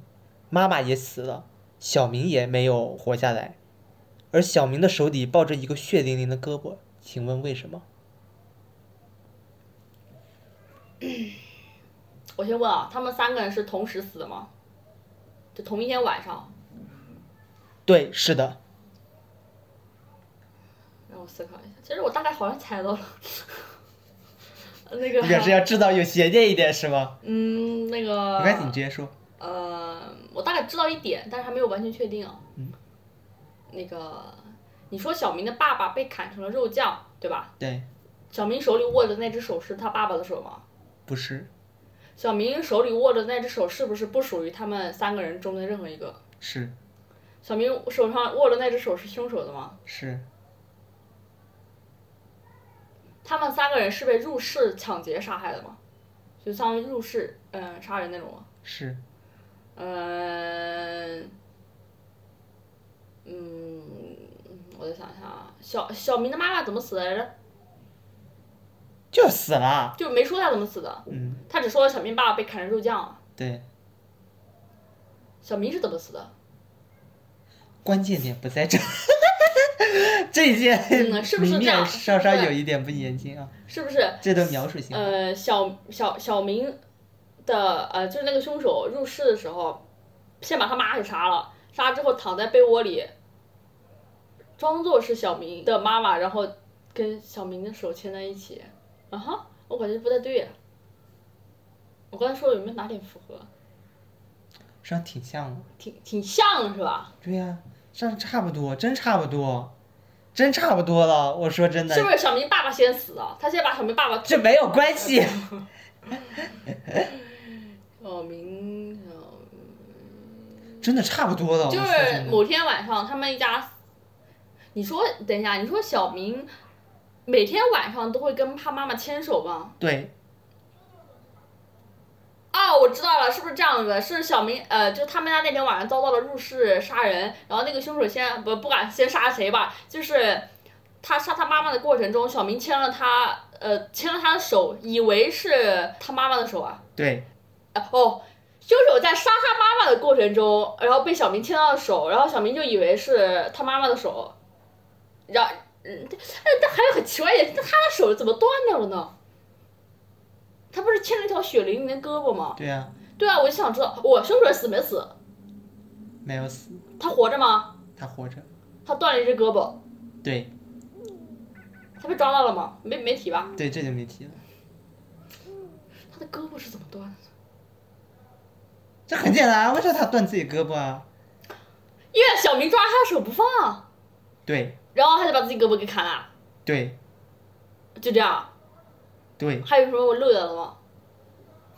[SPEAKER 3] 妈妈也死了，小明也没有活下来，而小明的手里抱着一个血淋淋的胳膊，请问为什么？
[SPEAKER 4] 我先问啊，他们三个人是同时死的吗？就同一天晚上？
[SPEAKER 3] 对，是的，
[SPEAKER 4] 让我思考一下。其实我大概好像猜到了。 那个
[SPEAKER 3] 也是要制造有邪念一点是吗？
[SPEAKER 4] 嗯，那个
[SPEAKER 3] 没关系，你直接说。
[SPEAKER 4] 呃，我大概知道一点，但是还没有完全确定啊。
[SPEAKER 3] 嗯。
[SPEAKER 4] 那个，你说小明的爸爸被砍成了肉酱，对吧？
[SPEAKER 3] 对，
[SPEAKER 4] 小明手里握着那只手是他爸爸的手吗？
[SPEAKER 3] 不是，
[SPEAKER 4] 小明手里握着那只手是不是不属于他们三个人中的任何一个？
[SPEAKER 3] 是
[SPEAKER 4] 小明手上握着那只手是凶手的吗？
[SPEAKER 3] 是，
[SPEAKER 4] 他们三个人是被入室抢劫杀害的吗？就像入室嗯、呃杀人那种吗？
[SPEAKER 3] 是
[SPEAKER 4] 嗯，嗯，我再想想啊，小小明的妈妈怎么死来着？
[SPEAKER 3] 就死了。
[SPEAKER 4] 就没说他怎么死的，
[SPEAKER 3] 嗯，
[SPEAKER 4] 他只说小明爸爸被砍成肉酱了。
[SPEAKER 3] 对，
[SPEAKER 4] 小明是怎么死的？
[SPEAKER 3] 关键点不在这儿。 这一件
[SPEAKER 4] 嗯是不是
[SPEAKER 3] 明
[SPEAKER 4] 这样
[SPEAKER 3] 面稍稍
[SPEAKER 4] 是不是
[SPEAKER 3] 有一点不严谨啊，
[SPEAKER 4] 是不是？
[SPEAKER 3] 这都描述性。
[SPEAKER 4] 呃，小小小明的呃，就是那个凶手入室的时候，先把他妈给杀了，杀了之后躺在被窝里，装作是小明的妈妈，然后跟小明的手牵在一起。啊哈，我感觉不太对呀、我刚才说的有没有哪点符合？
[SPEAKER 3] 实际上挺像的。
[SPEAKER 4] 挺挺像是吧？
[SPEAKER 3] 对呀、上差不多，真差不多，真差不多了。我说真的，
[SPEAKER 4] 是不是小明爸爸先死的？他先把小明爸爸推
[SPEAKER 3] 这没有关系。
[SPEAKER 4] 呃小明，小明
[SPEAKER 3] 真的差不多了。
[SPEAKER 4] 就
[SPEAKER 3] 我说
[SPEAKER 4] 哦是
[SPEAKER 3] 真的
[SPEAKER 4] 某天晚上，他们一家，你说等一下，你说小明每天晚上都会跟他妈妈牵手吗？
[SPEAKER 3] 对，
[SPEAKER 4] 啊，我知道了，是不是这样子？是小明，呃，就他们家那天晚上遭到了入室杀人，然后那个凶手先不不管先杀谁吧，就是他杀他妈妈的过程中，小明牵了他，呃，牵了他的手，以为是他妈妈的手啊，
[SPEAKER 3] 对，
[SPEAKER 4] 呃哦，凶手在杀他妈妈的过程中，然后被小明牵到手，然后小明就以为是他妈妈的手，然嗯，但但还有很奇怪一点，他的手怎么断掉了呢？他不是牵了一条血淋淋的胳膊吗？
[SPEAKER 3] 对呀、
[SPEAKER 4] 对啊，我就想知道，我凶手死没死？
[SPEAKER 3] 没有死，
[SPEAKER 4] 他活着吗？
[SPEAKER 3] 他活着。
[SPEAKER 4] 他断了一只胳膊，
[SPEAKER 3] 对
[SPEAKER 4] 他被抓到了吗？没没提吧？
[SPEAKER 3] 对，这就没提了。
[SPEAKER 4] 他的胳膊是怎么断的？
[SPEAKER 3] 这很简单，啊为啥他断自己胳膊啊？
[SPEAKER 4] 因为小明抓他的手不放，
[SPEAKER 3] 对
[SPEAKER 4] 然后他就把自己胳膊给砍了，
[SPEAKER 3] 对
[SPEAKER 4] 就这样。
[SPEAKER 3] 对，
[SPEAKER 4] 还有什么我漏掉的吗？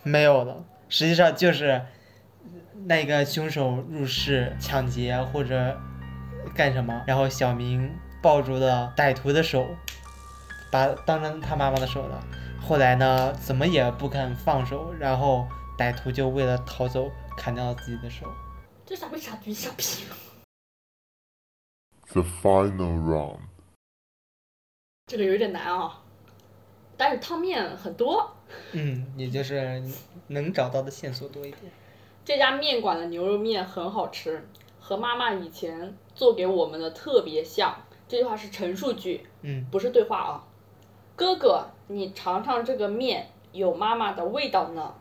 [SPEAKER 3] 没有了。实际上就是那个凶手入室抢劫或者干什么，然后小明抱住了歹徒的手，把当成他妈妈的手了。后来呢，怎么也不肯放手，然后歹徒就为了逃走，砍掉了自己的手。
[SPEAKER 4] 这傻逼傻逼傻逼！
[SPEAKER 2] The final round.
[SPEAKER 4] 这个有点难啊，但是汤面很多，
[SPEAKER 3] 嗯，也就是能找到的线索多一点。
[SPEAKER 4] 这家面馆的牛肉面很好吃，和妈妈以前做给我们的特别像。这句话是陈述句，
[SPEAKER 3] 嗯，
[SPEAKER 4] 不是对话啊。哥哥，你尝尝这个面，有妈妈的味道呢。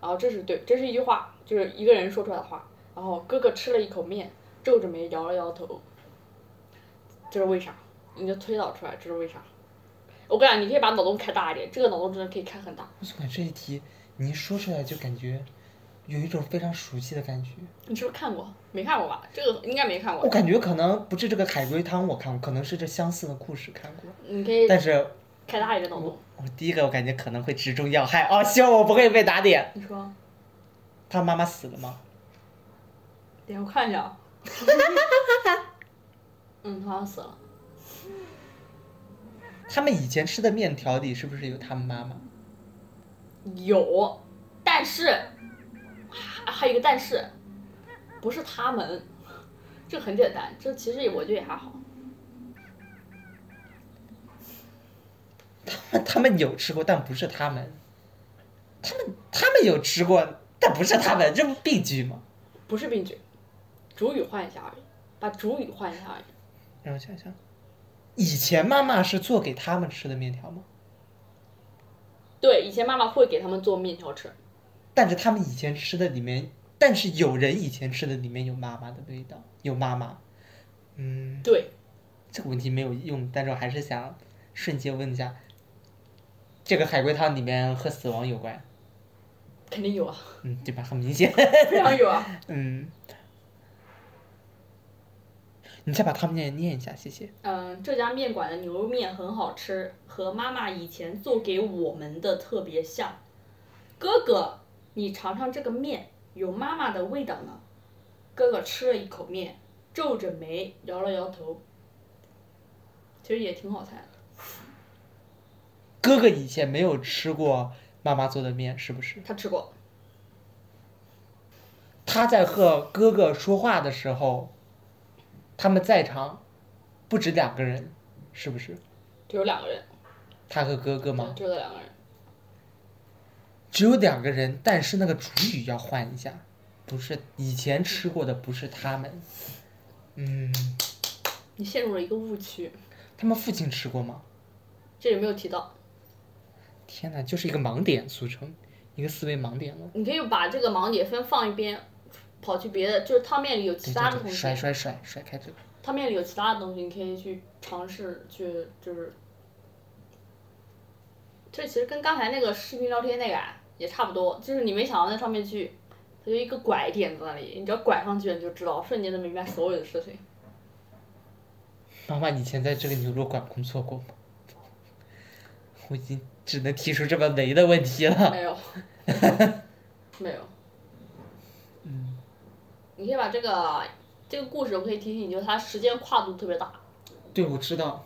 [SPEAKER 4] 然后这是对，这是一句话，就是一个人说出来的话。然后哥哥吃了一口面，皱着眉摇了摇头。这是为啥？你就推导出来，这是为啥？我跟你讲，你可以把脑洞开大一点，这个脑洞真的可以开很大。
[SPEAKER 3] 我总感觉这一题你一说出来就感觉有一种非常熟悉的感觉。
[SPEAKER 4] 你是不是看过？没看过吧？这个应该没看
[SPEAKER 3] 我
[SPEAKER 4] 过。
[SPEAKER 3] 感觉可能不是这个海龟汤我看过，可能是这相似的故事看过。
[SPEAKER 4] 你可以
[SPEAKER 3] 但是
[SPEAKER 4] 开大一点脑洞。
[SPEAKER 3] 我第一个我感觉可能会直中要害哦，希望我不会被打脸。
[SPEAKER 4] 你说，
[SPEAKER 3] 他妈妈死了吗？
[SPEAKER 4] 等一下我看一下 啊。嗯，他好像死了。
[SPEAKER 3] 他们以前吃的面条里是不是有他们妈妈？
[SPEAKER 4] 有，但是还还有一个但是，不是他们，这很简单，这其实也我觉得也还好。
[SPEAKER 3] 他们他们有吃过，但不是他们。他们他们有吃过，但不是他们，这不病句吗？
[SPEAKER 4] 不是病句，主语换一下而已，把主语换一下而已。
[SPEAKER 3] 让我想想，以前妈妈是做给他们吃的面条吗？
[SPEAKER 4] 对，以前妈妈会给他们做面条吃，
[SPEAKER 3] 但是他们以前吃的里面，但是有人以前吃的里面有妈妈的味道，有妈妈。嗯，
[SPEAKER 4] 对，
[SPEAKER 3] 这个问题没有用，但是我还是想瞬间问一下，这个海龟汤里面和死亡有关，
[SPEAKER 4] 肯定 有啊，
[SPEAKER 3] 嗯，对吧？很明显，
[SPEAKER 4] 非常有啊。
[SPEAKER 3] 嗯。你再把他们念念一下，谢谢。
[SPEAKER 4] 嗯，这家面馆的牛肉面很好吃，和妈妈以前做给我们的特别像。哥哥，你尝尝这个面，有妈妈的味道呢。哥哥吃了一口面，皱着眉摇了摇头。其实也挺好猜的，
[SPEAKER 3] 哥哥以前没有吃过妈妈做的面，是不是？
[SPEAKER 4] 他吃过。
[SPEAKER 3] 他在和哥哥说话的时候，他们在场不止两个人，是不是？
[SPEAKER 4] 只有两个人，
[SPEAKER 3] 他和哥哥吗？
[SPEAKER 4] 只有两个人。
[SPEAKER 3] 只有两个人，但是那个主语要换一下，不是以前吃过的，不是他们。嗯，
[SPEAKER 4] 你陷入了一个误区，
[SPEAKER 3] 他们父亲吃过吗？
[SPEAKER 4] 这里没有提到。
[SPEAKER 3] 天哪，就是一个盲点，俗称一个思维盲点了。
[SPEAKER 4] 你可以把这个盲点分放一边，跑去别的，就是汤面里有其
[SPEAKER 3] 对
[SPEAKER 4] 他的
[SPEAKER 3] 对
[SPEAKER 4] 东
[SPEAKER 3] 对，
[SPEAKER 4] 西
[SPEAKER 3] 甩，甩甩甩开这个。
[SPEAKER 4] 汤面里有其他的东西，你可以去尝试去就是。这其实跟刚才那个视频聊天那个啊也差不多，就是你没想到那上面去，它就一个拐点在那里，你只要拐上去，你就知道，瞬间能明白所有的事情。
[SPEAKER 3] 妈妈以前在这个牛肉馆工作过吗？ 我已经只能提出这么雷的问题了。
[SPEAKER 4] 没有，没有。
[SPEAKER 3] 嗯，
[SPEAKER 4] 你可以把这个这个故事，我可以提醒你，就是它时间跨度特别大，
[SPEAKER 3] 对，我知道。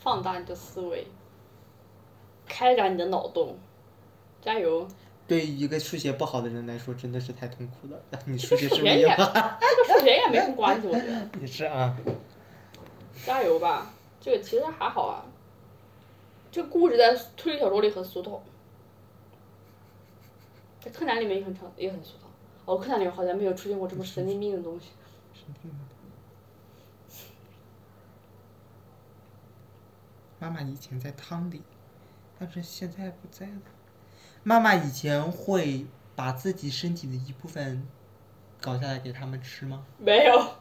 [SPEAKER 4] 放大你的思维，开展你的脑洞，加油！
[SPEAKER 3] 对于一个数学不好的人来说，真的是太痛苦了。 你
[SPEAKER 4] 这
[SPEAKER 3] 数
[SPEAKER 4] 跟
[SPEAKER 3] 学
[SPEAKER 4] 数
[SPEAKER 3] 是不
[SPEAKER 4] 学
[SPEAKER 3] 是
[SPEAKER 4] 也
[SPEAKER 3] 也好？
[SPEAKER 4] 这跟数学也没什么关系，我觉得。
[SPEAKER 3] 也是啊。
[SPEAKER 4] 加油吧，这个其实还好啊。这故事在推理小说里很俗套，在柯南里面也很常也很俗套。哦，柯南里面好像没有出现过这么神经病的东西。
[SPEAKER 3] 妈妈以前在汤里，但是现在不在了。妈妈以前会把自己身体的一部分搞下来给他们吃吗？
[SPEAKER 4] 没有，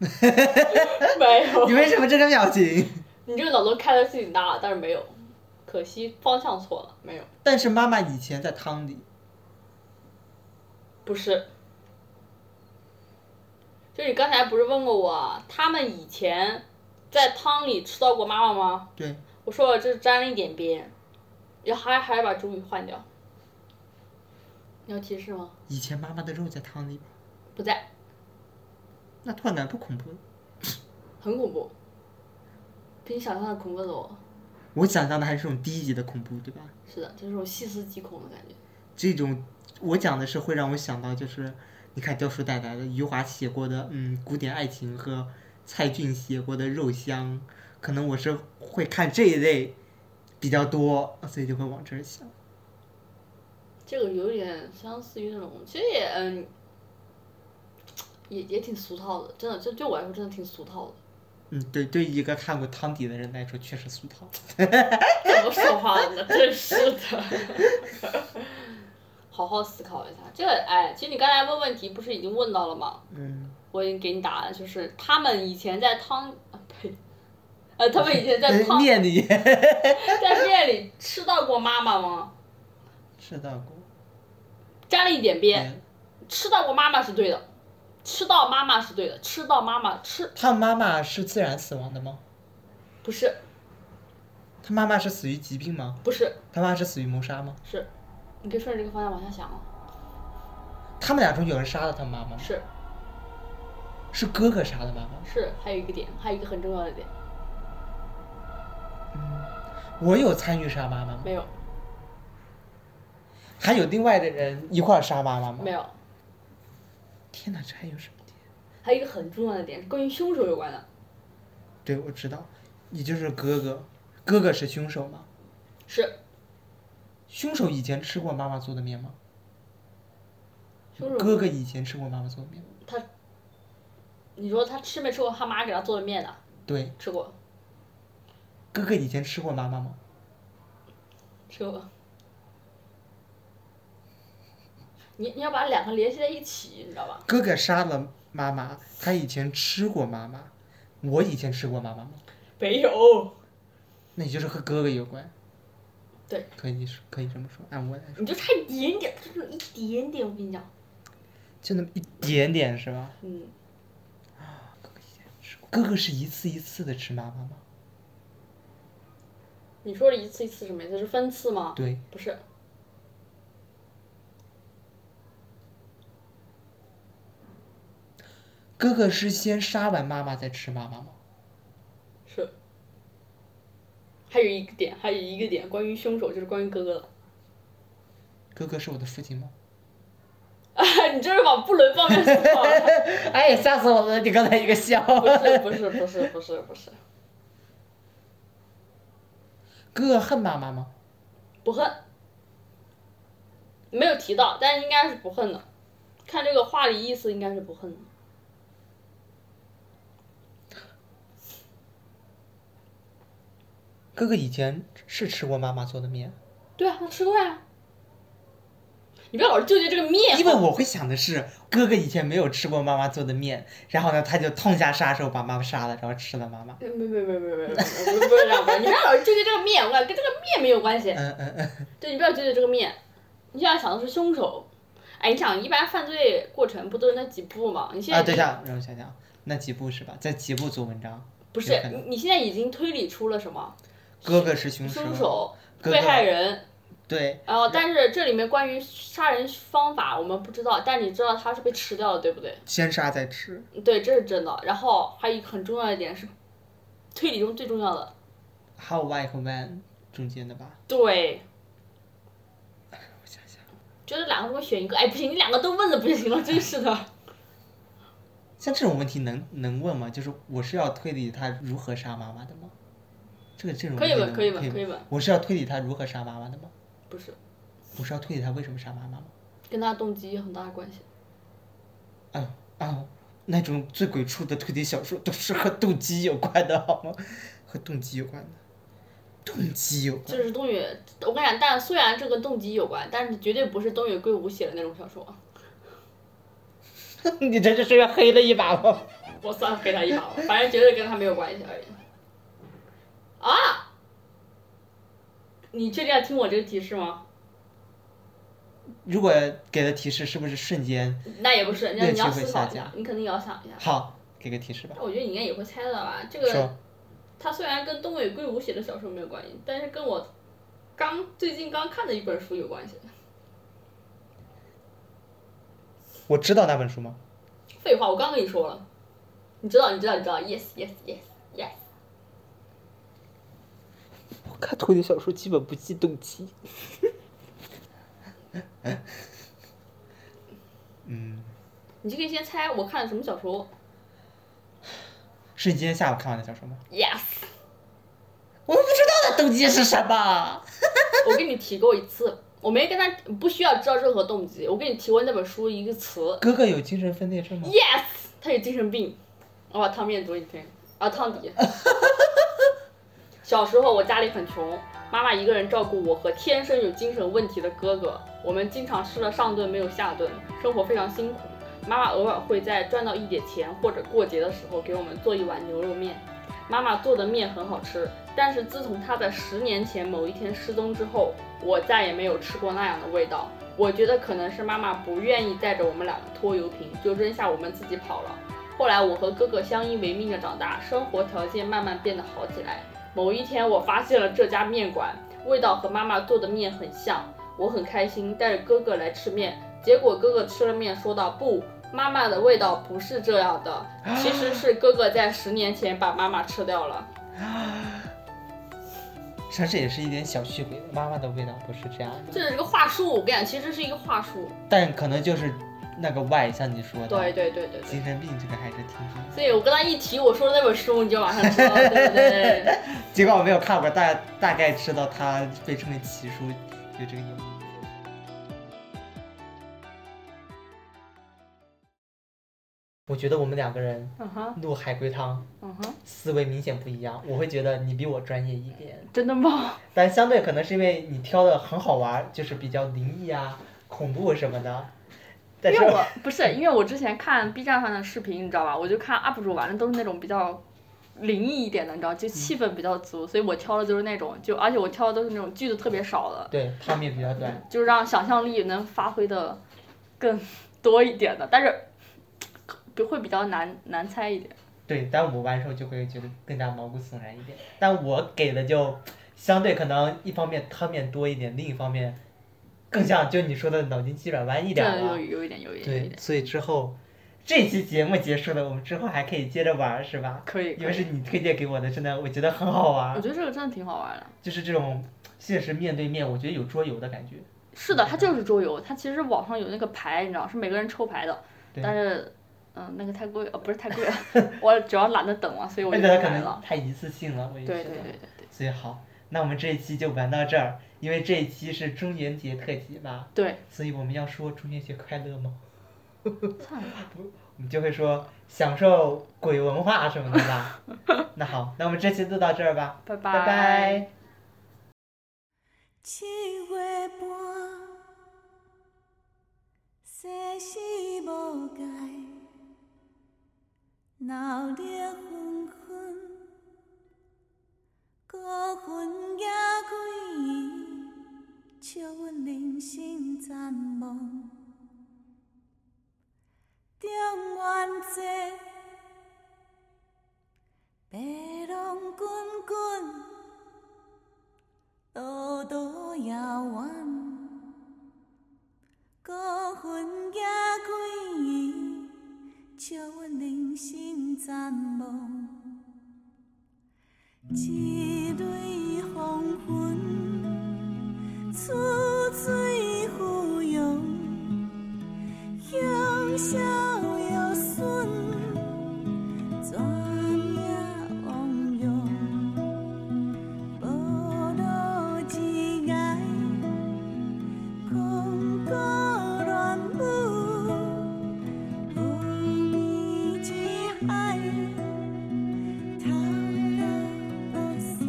[SPEAKER 4] 没有
[SPEAKER 3] 你。为什么这个表情？
[SPEAKER 4] 你这个脑洞开的是挺大，但是没有，可惜方向错了，没有。
[SPEAKER 3] 但是妈妈以前在汤里，
[SPEAKER 4] 不是，就你刚才不是问过我，他们以前在汤里吃到过妈妈吗？
[SPEAKER 3] 对，
[SPEAKER 4] 我说我这沾了一点边，要还还要把主语换掉。你要提示吗？
[SPEAKER 3] 以前妈妈的肉在汤里吧？
[SPEAKER 4] 不在，
[SPEAKER 3] 那突然不恐怖了。
[SPEAKER 4] 很恐怖，比你想象的恐怖的多。
[SPEAKER 3] 我想象的还是这种低级的恐怖，对吧？
[SPEAKER 4] 是的，就是这种细思极恐的感觉。
[SPEAKER 3] 这种我讲的是会让我想到，就是你看雕叔带来的余华写过的，嗯，古典爱情和蔡骏写过的《肉香》，可能我是会看这一类比较多，所以就会往这儿想。
[SPEAKER 4] 这个有点相似于那种，其实也嗯，也也挺俗套的，真的，这对我来说真的挺俗套的。
[SPEAKER 3] 嗯，对，对于一个看过汤底的人来说，确实俗套。
[SPEAKER 4] 怎么说话的呢？真是的。 好好思考一下，这个哎，其实你刚才问问题不是已经问到了吗？
[SPEAKER 3] 嗯，
[SPEAKER 4] 我已经给你答案，就是他们以前在汤，啊呸，呃，他们以前在汤
[SPEAKER 3] 面里
[SPEAKER 4] 在面里吃到过妈妈吗？
[SPEAKER 3] 吃到过，
[SPEAKER 4] 沾了一点边，
[SPEAKER 3] 嗯
[SPEAKER 4] 吃到过妈妈是对的，吃到妈妈是对的，吃到妈妈吃
[SPEAKER 3] 他妈妈是自然死亡的吗？
[SPEAKER 4] 不是
[SPEAKER 3] 他妈妈是死于疾病吗？
[SPEAKER 4] 不是
[SPEAKER 3] 他妈妈是死于谋杀吗？
[SPEAKER 4] 是，你可以顺着这个方向往下想啊，
[SPEAKER 3] 他们俩中有人杀了他妈妈吗？
[SPEAKER 4] 是
[SPEAKER 3] 是哥哥杀的妈妈吗。
[SPEAKER 4] 是，还有一个点，还有一个很重要的点，
[SPEAKER 3] 我有参与杀妈妈吗？
[SPEAKER 4] 没有
[SPEAKER 3] 还有另外的人一块儿杀妈妈吗？
[SPEAKER 4] 没有，
[SPEAKER 3] 天哪，这还有什么点？
[SPEAKER 4] 还有一个很重要的点是关于凶手有关的，
[SPEAKER 3] 对，我知道，也就是哥哥，哥哥是凶手吗？
[SPEAKER 4] 是
[SPEAKER 3] 凶手以前吃过妈妈做的面吗？
[SPEAKER 4] 凶手
[SPEAKER 3] 哥哥以前吃过妈妈做的面吗？
[SPEAKER 4] 他，你说他吃没吃过他妈给他做的面呢？
[SPEAKER 3] 对，
[SPEAKER 4] 吃过
[SPEAKER 3] 哥哥以前吃过妈妈吗？
[SPEAKER 4] 吃过。你你要把两个联系在一起，你知道吧？
[SPEAKER 3] 哥哥杀了妈妈，他以前吃过妈妈，我以前吃过妈妈吗？
[SPEAKER 4] 没有，
[SPEAKER 3] 那也就是和哥哥有关。
[SPEAKER 4] 对，
[SPEAKER 3] 可以是可以这么说，按我来说，
[SPEAKER 4] 你就差一点点，就那么一点点。我跟你讲，
[SPEAKER 3] 就那么一点点是吧？
[SPEAKER 4] 嗯，
[SPEAKER 3] 哥哥是一次一次的吃妈妈吗？
[SPEAKER 4] 你说的一次一次什么意思？是分次吗？
[SPEAKER 3] 对，
[SPEAKER 4] 不是，
[SPEAKER 3] 哥哥是先杀完妈妈再吃妈妈吗？
[SPEAKER 4] 是。还有一个点，还有一个点，关于凶手就是关于哥哥的。
[SPEAKER 3] 哥哥是我的父亲吗？
[SPEAKER 4] 啊，你这是往不伦方面说了。
[SPEAKER 3] 哎呀，吓死我了！你刚才一个笑，
[SPEAKER 4] 不是不是不是不是不是，
[SPEAKER 3] 哥恨妈妈吗？
[SPEAKER 4] 不恨，没有提到，但是应该是不恨的。看这个话里意思，应该是不恨的。
[SPEAKER 3] 哥哥以前是吃过妈妈做的面，
[SPEAKER 4] 对啊，他吃过呀。你不要老是纠结这个面，
[SPEAKER 3] 因为我会想的是，哥哥以前没有吃过妈妈做的面，然后呢，他就痛下杀手把妈妈杀了，然后吃了妈妈。
[SPEAKER 4] 呃没没没没没没，不是不是这样，不是你不要老是纠结这个面，我感觉跟这个面没有关系。
[SPEAKER 3] 嗯嗯嗯，
[SPEAKER 4] 对，你不要纠结这个面，你现在想的是凶手。哎，你想，一般犯罪过程不都是那几步吗？你现在、
[SPEAKER 3] 啊，等一下，让我想想，那几步是吧？在几步做文章？
[SPEAKER 4] 不是你，你现在已经推理出了什么？
[SPEAKER 3] 哥哥是嗯凶
[SPEAKER 4] 凶手、
[SPEAKER 3] 哥
[SPEAKER 4] 被害
[SPEAKER 3] 哥
[SPEAKER 4] 人。
[SPEAKER 3] 对，
[SPEAKER 4] 然后，但是这里面关于杀人方法我们不知道，但你知道他是被吃掉了，对不对？
[SPEAKER 3] 先杀再吃，
[SPEAKER 4] 对，这是真的。然后还有一个很重要的一点是，推理中最重要的，
[SPEAKER 3] how why 和 when 中间的吧？
[SPEAKER 4] 对，
[SPEAKER 3] 我想想，
[SPEAKER 4] 觉得两个中选一个。哎，不行，你两个都问了，不行了，真 是的。
[SPEAKER 3] 像这种问题能能问吗？就是我是要推理他如何杀妈妈的吗？这个这种
[SPEAKER 4] 可以
[SPEAKER 3] 问题能
[SPEAKER 4] 问，可以问，
[SPEAKER 3] 吗
[SPEAKER 4] 可以问，
[SPEAKER 3] 我是要推理他如何杀妈妈的吗？
[SPEAKER 4] 不是，
[SPEAKER 3] 我是要推理他为什么杀妈妈吗？
[SPEAKER 4] 跟他动机有很大的关系。
[SPEAKER 3] 啊啊！那种最鬼畜的推理小说都是和动机有关的，好吗？和动机有关的，动机有关
[SPEAKER 4] 这。是东野，我跟你讲，但虽然这跟动机有关，但是绝对不是东野圭吾写的那种小说。
[SPEAKER 3] 你这就是要黑了一把吗？
[SPEAKER 4] 我算给他一把吧，反正绝对跟他没有关系而已。啊！你确定要听我这个提示吗？
[SPEAKER 3] 如果给的提示是不是瞬间
[SPEAKER 4] 那也不是，你要
[SPEAKER 3] 练
[SPEAKER 4] 你
[SPEAKER 3] 习
[SPEAKER 4] 要
[SPEAKER 3] 会
[SPEAKER 4] 思考
[SPEAKER 3] 下
[SPEAKER 4] 一下
[SPEAKER 3] 降，
[SPEAKER 4] 你肯定也要想一下。
[SPEAKER 3] 好？给个提示吧。
[SPEAKER 4] 我觉得你应该也会猜到吧？这个
[SPEAKER 3] 说，
[SPEAKER 4] 它虽然跟东野圭吾写的小说没有关系，但是跟我刚最近刚看的一本书有关系。
[SPEAKER 3] 我知道那本书吗？
[SPEAKER 4] 废话，我刚跟你说了，你知道，你知道，你知道，yes yes yes yes。
[SPEAKER 3] 我看推理小说基本不记动机。嗯，
[SPEAKER 4] 你就可以先猜我看了什么小说
[SPEAKER 3] 是你今天下午看完的小说吗？
[SPEAKER 4] ？Yes，
[SPEAKER 3] 我都不知道那动机是什么。
[SPEAKER 4] 我跟你提过一次，我没跟他不需要知道任何动机，我跟你提过那本书一个词
[SPEAKER 3] 哥哥有精神分裂症吗？
[SPEAKER 4] ，Yes，他有精神病。我把汤面读给你听啊，汤底。小时候我家里很穷，妈妈一个人照顾我和天生有精神问题的哥哥，我们经常吃了上顿没有下顿，生活非常辛苦。妈妈偶尔会在赚到一点钱或者过节的时候给我们做一碗牛肉面。妈妈做的面很好吃，但是自从她在十年前某一天失踪之后，我再也没有吃过那样的味道。我觉得可能是妈妈不愿意带着我们两个拖油瓶，就扔下我们自己跑了。后来我和哥哥相依为命的长大，生活条件慢慢变得好起来。某一天，我发现了这家面馆，味道和妈妈做的面很像，我很开心，带着哥哥来吃面。结果哥哥吃了面，说道：“不，妈妈的味道不是这样的，其实是哥哥在十年前把妈妈吃掉了。
[SPEAKER 3] 实际上这也是一点小虚伪，妈妈的味道不是这样”
[SPEAKER 4] 这
[SPEAKER 3] 的，
[SPEAKER 4] 是一个话术，我跟你讲，其实是一个话术。
[SPEAKER 3] 但可能就是那个 Y，像你说的，
[SPEAKER 4] 对对对对对。
[SPEAKER 3] 精神病这个还是挺好的。
[SPEAKER 4] 所以我跟他一提我说的那本书，你就马上知道了，对不对？
[SPEAKER 3] 尽管我没有看过，大大概知道他被称为奇书，有这个有。我觉得我们两个人
[SPEAKER 4] 嗯哼，
[SPEAKER 3] 录海龟汤
[SPEAKER 4] 嗯哼，
[SPEAKER 3] 思维明显不一样，我会觉得你比我专业一点。
[SPEAKER 4] 真的吗？
[SPEAKER 3] 但相对可能是因为你挑的很好玩儿，就是比较灵异啊、恐怖什么的。但
[SPEAKER 4] 因
[SPEAKER 3] 是
[SPEAKER 4] 为我不是，因为我之前看 B 站上的视频，你知道吧？我就看 UP 主玩的都是那种比较灵异一点的，你知道，就气氛比较足，所以我挑的就是那种，就而且我挑的都是那种句子特别少的，
[SPEAKER 3] 对汤面比较短，
[SPEAKER 4] 就是让想象力能发挥的更多一点的，但是不会比较难难猜一点。
[SPEAKER 3] 对，但我玩的时候就会觉得更加毛骨悚然一点。但我给的就相对可能一方面汤面多一点，另一方面更像就你说的脑筋急转弯一
[SPEAKER 4] 这
[SPEAKER 3] 点
[SPEAKER 4] 样有
[SPEAKER 3] 了。
[SPEAKER 4] 有一点，有一点，有一
[SPEAKER 3] 对，
[SPEAKER 4] 点，
[SPEAKER 3] 所以之后这期节目结束了，我们之后还可以接着玩儿，是吧？
[SPEAKER 4] 可以。
[SPEAKER 3] 因
[SPEAKER 4] 可
[SPEAKER 3] 为
[SPEAKER 4] 以
[SPEAKER 3] 是你推荐给我的，真的我觉得很好玩
[SPEAKER 4] 我
[SPEAKER 3] 儿，
[SPEAKER 4] 觉得这个真的挺好玩的。
[SPEAKER 3] 就是这种现实面对面，我觉得有桌游的感觉。
[SPEAKER 4] 是的，它就是桌游，它其实网上有那个牌，你知道，是每个人抽牌的，
[SPEAKER 3] 对
[SPEAKER 4] 但是。嗯，那个太贵了，呃不是太贵了， 我主要懒得等嘛，所以我
[SPEAKER 3] 那
[SPEAKER 4] 就
[SPEAKER 3] 个
[SPEAKER 4] 不
[SPEAKER 3] 可
[SPEAKER 4] 买
[SPEAKER 3] 能
[SPEAKER 4] 了。
[SPEAKER 3] 太一次性了，我也觉
[SPEAKER 4] 对
[SPEAKER 3] 得。
[SPEAKER 4] 对对对对
[SPEAKER 3] 所以好，那我们这一期就玩到这儿，因为这一期是中元节特辑嘛，
[SPEAKER 4] 对，
[SPEAKER 3] 所以我们要说中元节快乐吗？
[SPEAKER 4] 算了吧，
[SPEAKER 3] 我们就会说享受鬼文化什么的吧。 那好，那我们这期就到这儿吧，
[SPEAKER 4] 拜
[SPEAKER 3] 拜拜。
[SPEAKER 5] 七月半，世事无解，闹热纷纷，孤云也归，笑阮人生残梦。中元节，白浪滚滚。路途遥远，孤云也归，笑阮人生残梦。一蕊黄昏，处水芙蓉，香消又损，转眼汪洋。无路之涯，空谷乱舞，无味之海，透流目屎，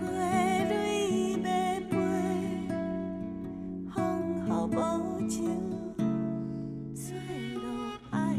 [SPEAKER 5] 花蕊未飞，风雨无情，吹落爱。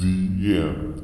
[SPEAKER 2] The end.